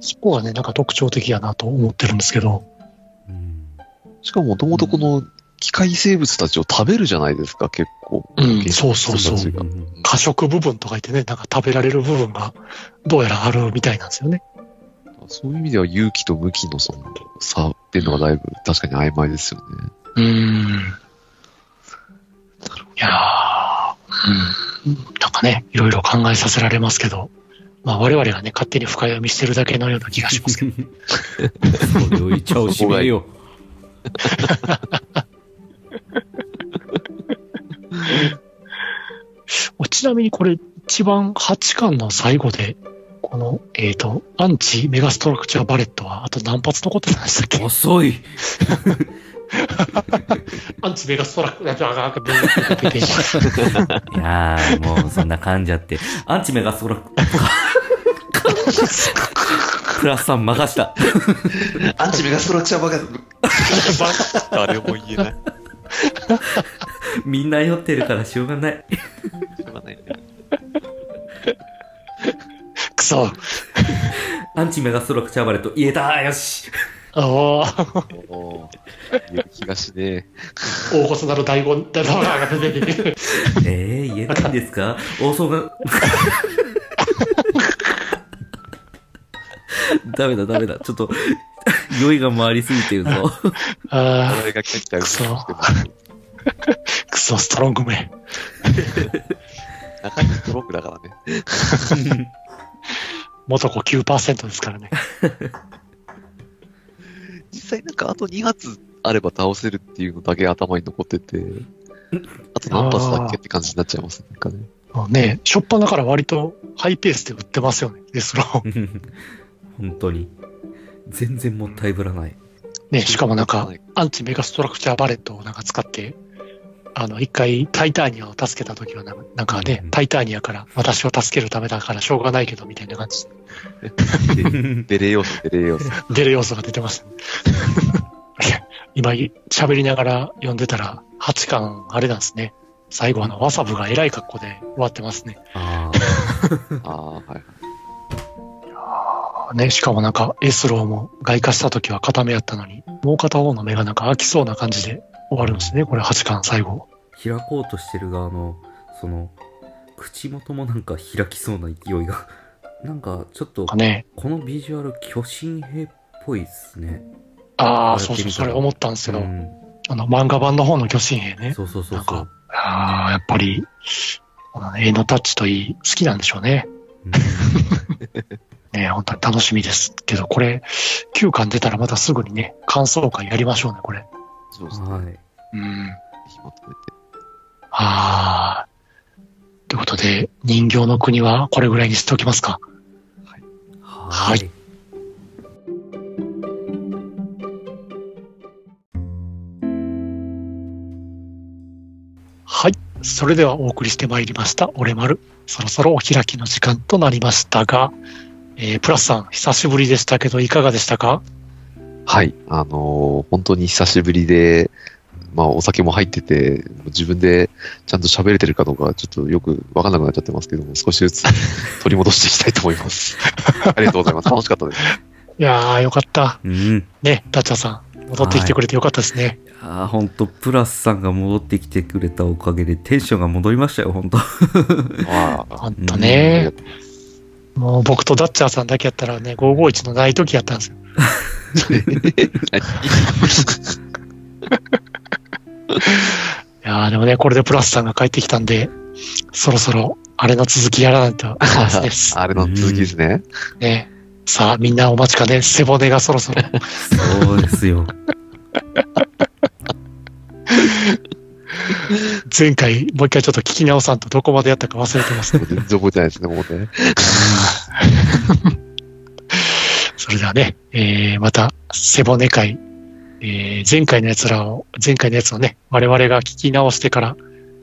そこはね、なんか特徴的やなと思ってるんですけど、うんうんしかももともとこの機械生物たちを食べるじゃないですか、結構。うん、そうそうそう原。始人たちがうん過食部分とか言ってね、なんか食べられる部分がどうやらあるみたいなんですよね。そういう意味では勇気と向きのその差っていうのがだいぶ確かに曖昧ですよね。うーん。いやー、うん、なんかね、いろいろ考えさせられますけど、まあ我々がね、勝手に深読みしてるだけのような気がし ますけど、それを言っちゃおしめよ。ちなみにこれ一番8巻の最後で、この、えっ、と、アンチメガストラクチャーバレットはあと何発残ってたんでしたっけ遅い アンチメガストラクチャーバレ ット。いやー、もうそんな噛んじゃって。アンチメガソラ、プラスさん任した。アンチメガストラクチャーバカ誰も言えない。みんな酔ってるからしょうがない。くそ。アンチメガストラクチャーバレット、言えたよしおー。おー東で、大御所なる大言、大言が出てて。えー、言えないんですか王相が。 ダメだ、ダメだ。ちょっと、酔いが回りすぎてるぞ。 あ誰が来たくそ中ー、くそ、ストロングメン。にストロークだからね。元子9%ですからね。実際なんかあと2発あれば倒せるっていうのだけ頭に残ってて、あと何発だっけって感じになっちゃいますね。なんかねもうね、初っ端から割とハイペースで売ってますよね。デスローン。 本当に。全然もったいぶらない。ね、しかもなんか、アンチメガストラクチャーバレットをなんか使って、あの、一回タイターニアを助けた時はなんか、なんかねうん、タイターニアから私を助けるためだからしょうがないけど、みたいな感じで。 デレ要素、デレ要 素。出る要素が出てましたね。いや今、喋りながら読んでたら、8巻、あれなんですね。最後、あの、ワサブが偉い格好で終わってますね。 あああ、はいはい。ね、しかもなんか、エスローも外化した時は片目やったのに、もう片方の目がなんか飽きそうな感じで終わるんですね、これ8巻最後。ー開こうとしてる側の、その、口元もなんか開きそうな勢いが。なんか、ちょっとなんか、ね、このビジュアル、巨神兵っぽいっすね。あああ、そうそう、それ思ったんですけど、うんあの、漫画版の方の巨神兵ね。そうそうそうなんそうか。ああ、やっぱり、この絵のタッチといい、好きなんでしょうね。うんね、本当に楽しみですけど、これ、9巻出たらまたすぐにね、感想会やりましょうね、これ。そうですね。はい。うん。暇止めて。ああ。ということで、人形の国はこれぐらいにしておきますか。。はいはい。それではお送りしてまいりました、俺丸。そろそろお開きの時間となりましたが、えー、プラスさん、久しぶりでしたけど、いかがでしたかはい、あのー本当に久しぶりで、まあ、お酒も入ってて、自分でちゃんと喋れてるかどうか、ちょっとよくわかんなくなっちゃってますけども、少しず つ取り戻していきたいと思い ます。ありがとうございます。楽しかったです。いやー、よかった。うん。ね、ダッチャーさん、戻ってきてくれてよかったですね。ああ、ほんと、プラスさんが戻ってきてくれたおかげでテンションが戻りましたよ、ほんと。まあ、ほんとねう。もう僕とダッチャーさんだけやったらね、551のない時やったんですよ。いやー、でもね、これでプラスさんが帰ってきたんで、そろそろ、あれの続きやらないといけないです。 あれの続きですね。ね。さあ、みんなお待ちかね、背骨がそろそろ。そうですよ。前回、もう一回ちょっと聞き直さんとどこまでやったか忘れてますね。全然覚えてないですね、もうね。それではね、えー、また、背骨会、ええー前回のやつらを、前回のやつをね、我々が聞き直してから、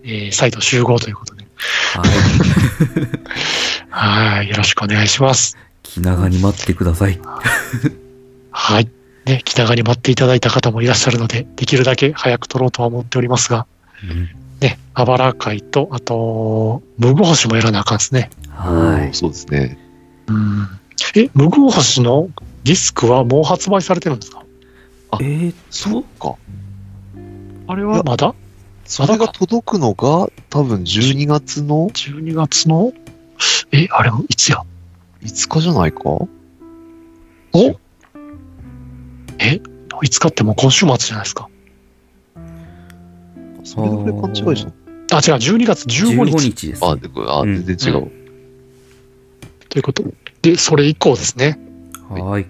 えー再度集合ということで、はい。はい、よろしくお願いします。気長に待ってください。はい。ね、気長に待っていただいた方もいらっしゃるので、できるだけ早く撮ろうとは思っておりますが、うんね、あばら会と、あと、ムグ星もやらなあかんですね。はおーそうですね。うん。え、ムグ星のディスクはもう発売されてるんですかい。えー、そうか。あれはまだそれが届くのが、多分12月の ?12 月の、え、あれもいつや5日じゃないかおえ ?5 日ってもう今週末じゃないですか。それぐらい勘違いじゃん。あ、違う、12月15 15日日です。あ、でもあ、うん全然違う。ということ。で、それ以降ですね。はい。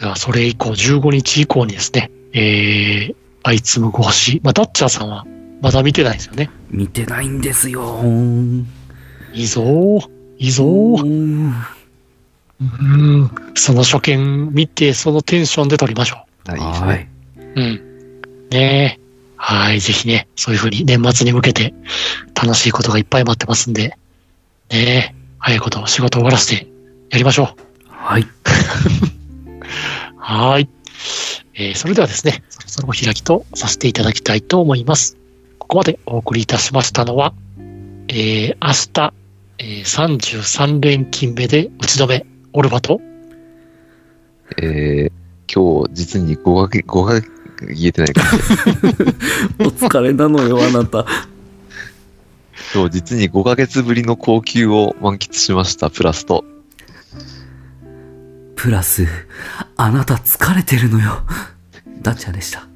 では、それ以降、15日以降にですね、えー、相次ぐご星。まあ、ダッチャーさんはまだ見てないんですよね。見てないんですよー。いいぞー。いいぞー。ー。うん。その初見見て、そのテンションで撮りましょあいいですはね。い。う。うん。ねえ。はい、ぜひね、そういうふうに年末に向けて楽しいことがいっぱい待ってますんで、ねえ、早いこと仕事終わらせてやりましょう。はい。はい。えーそれではですね、そろそろお開きとさせていただきたいと思います。ここまでお送りいたしましたのは、えー明日、えー33連勤目で打ち止め、オルバと、えー、今日、実に5か月、5か月、言えてないか。お疲れなのよ、あなた。今日、実に5ヶ月ぶりの高級を満喫しました、プラスと。プラス、あなた疲れてるのよ。ダッチャでした。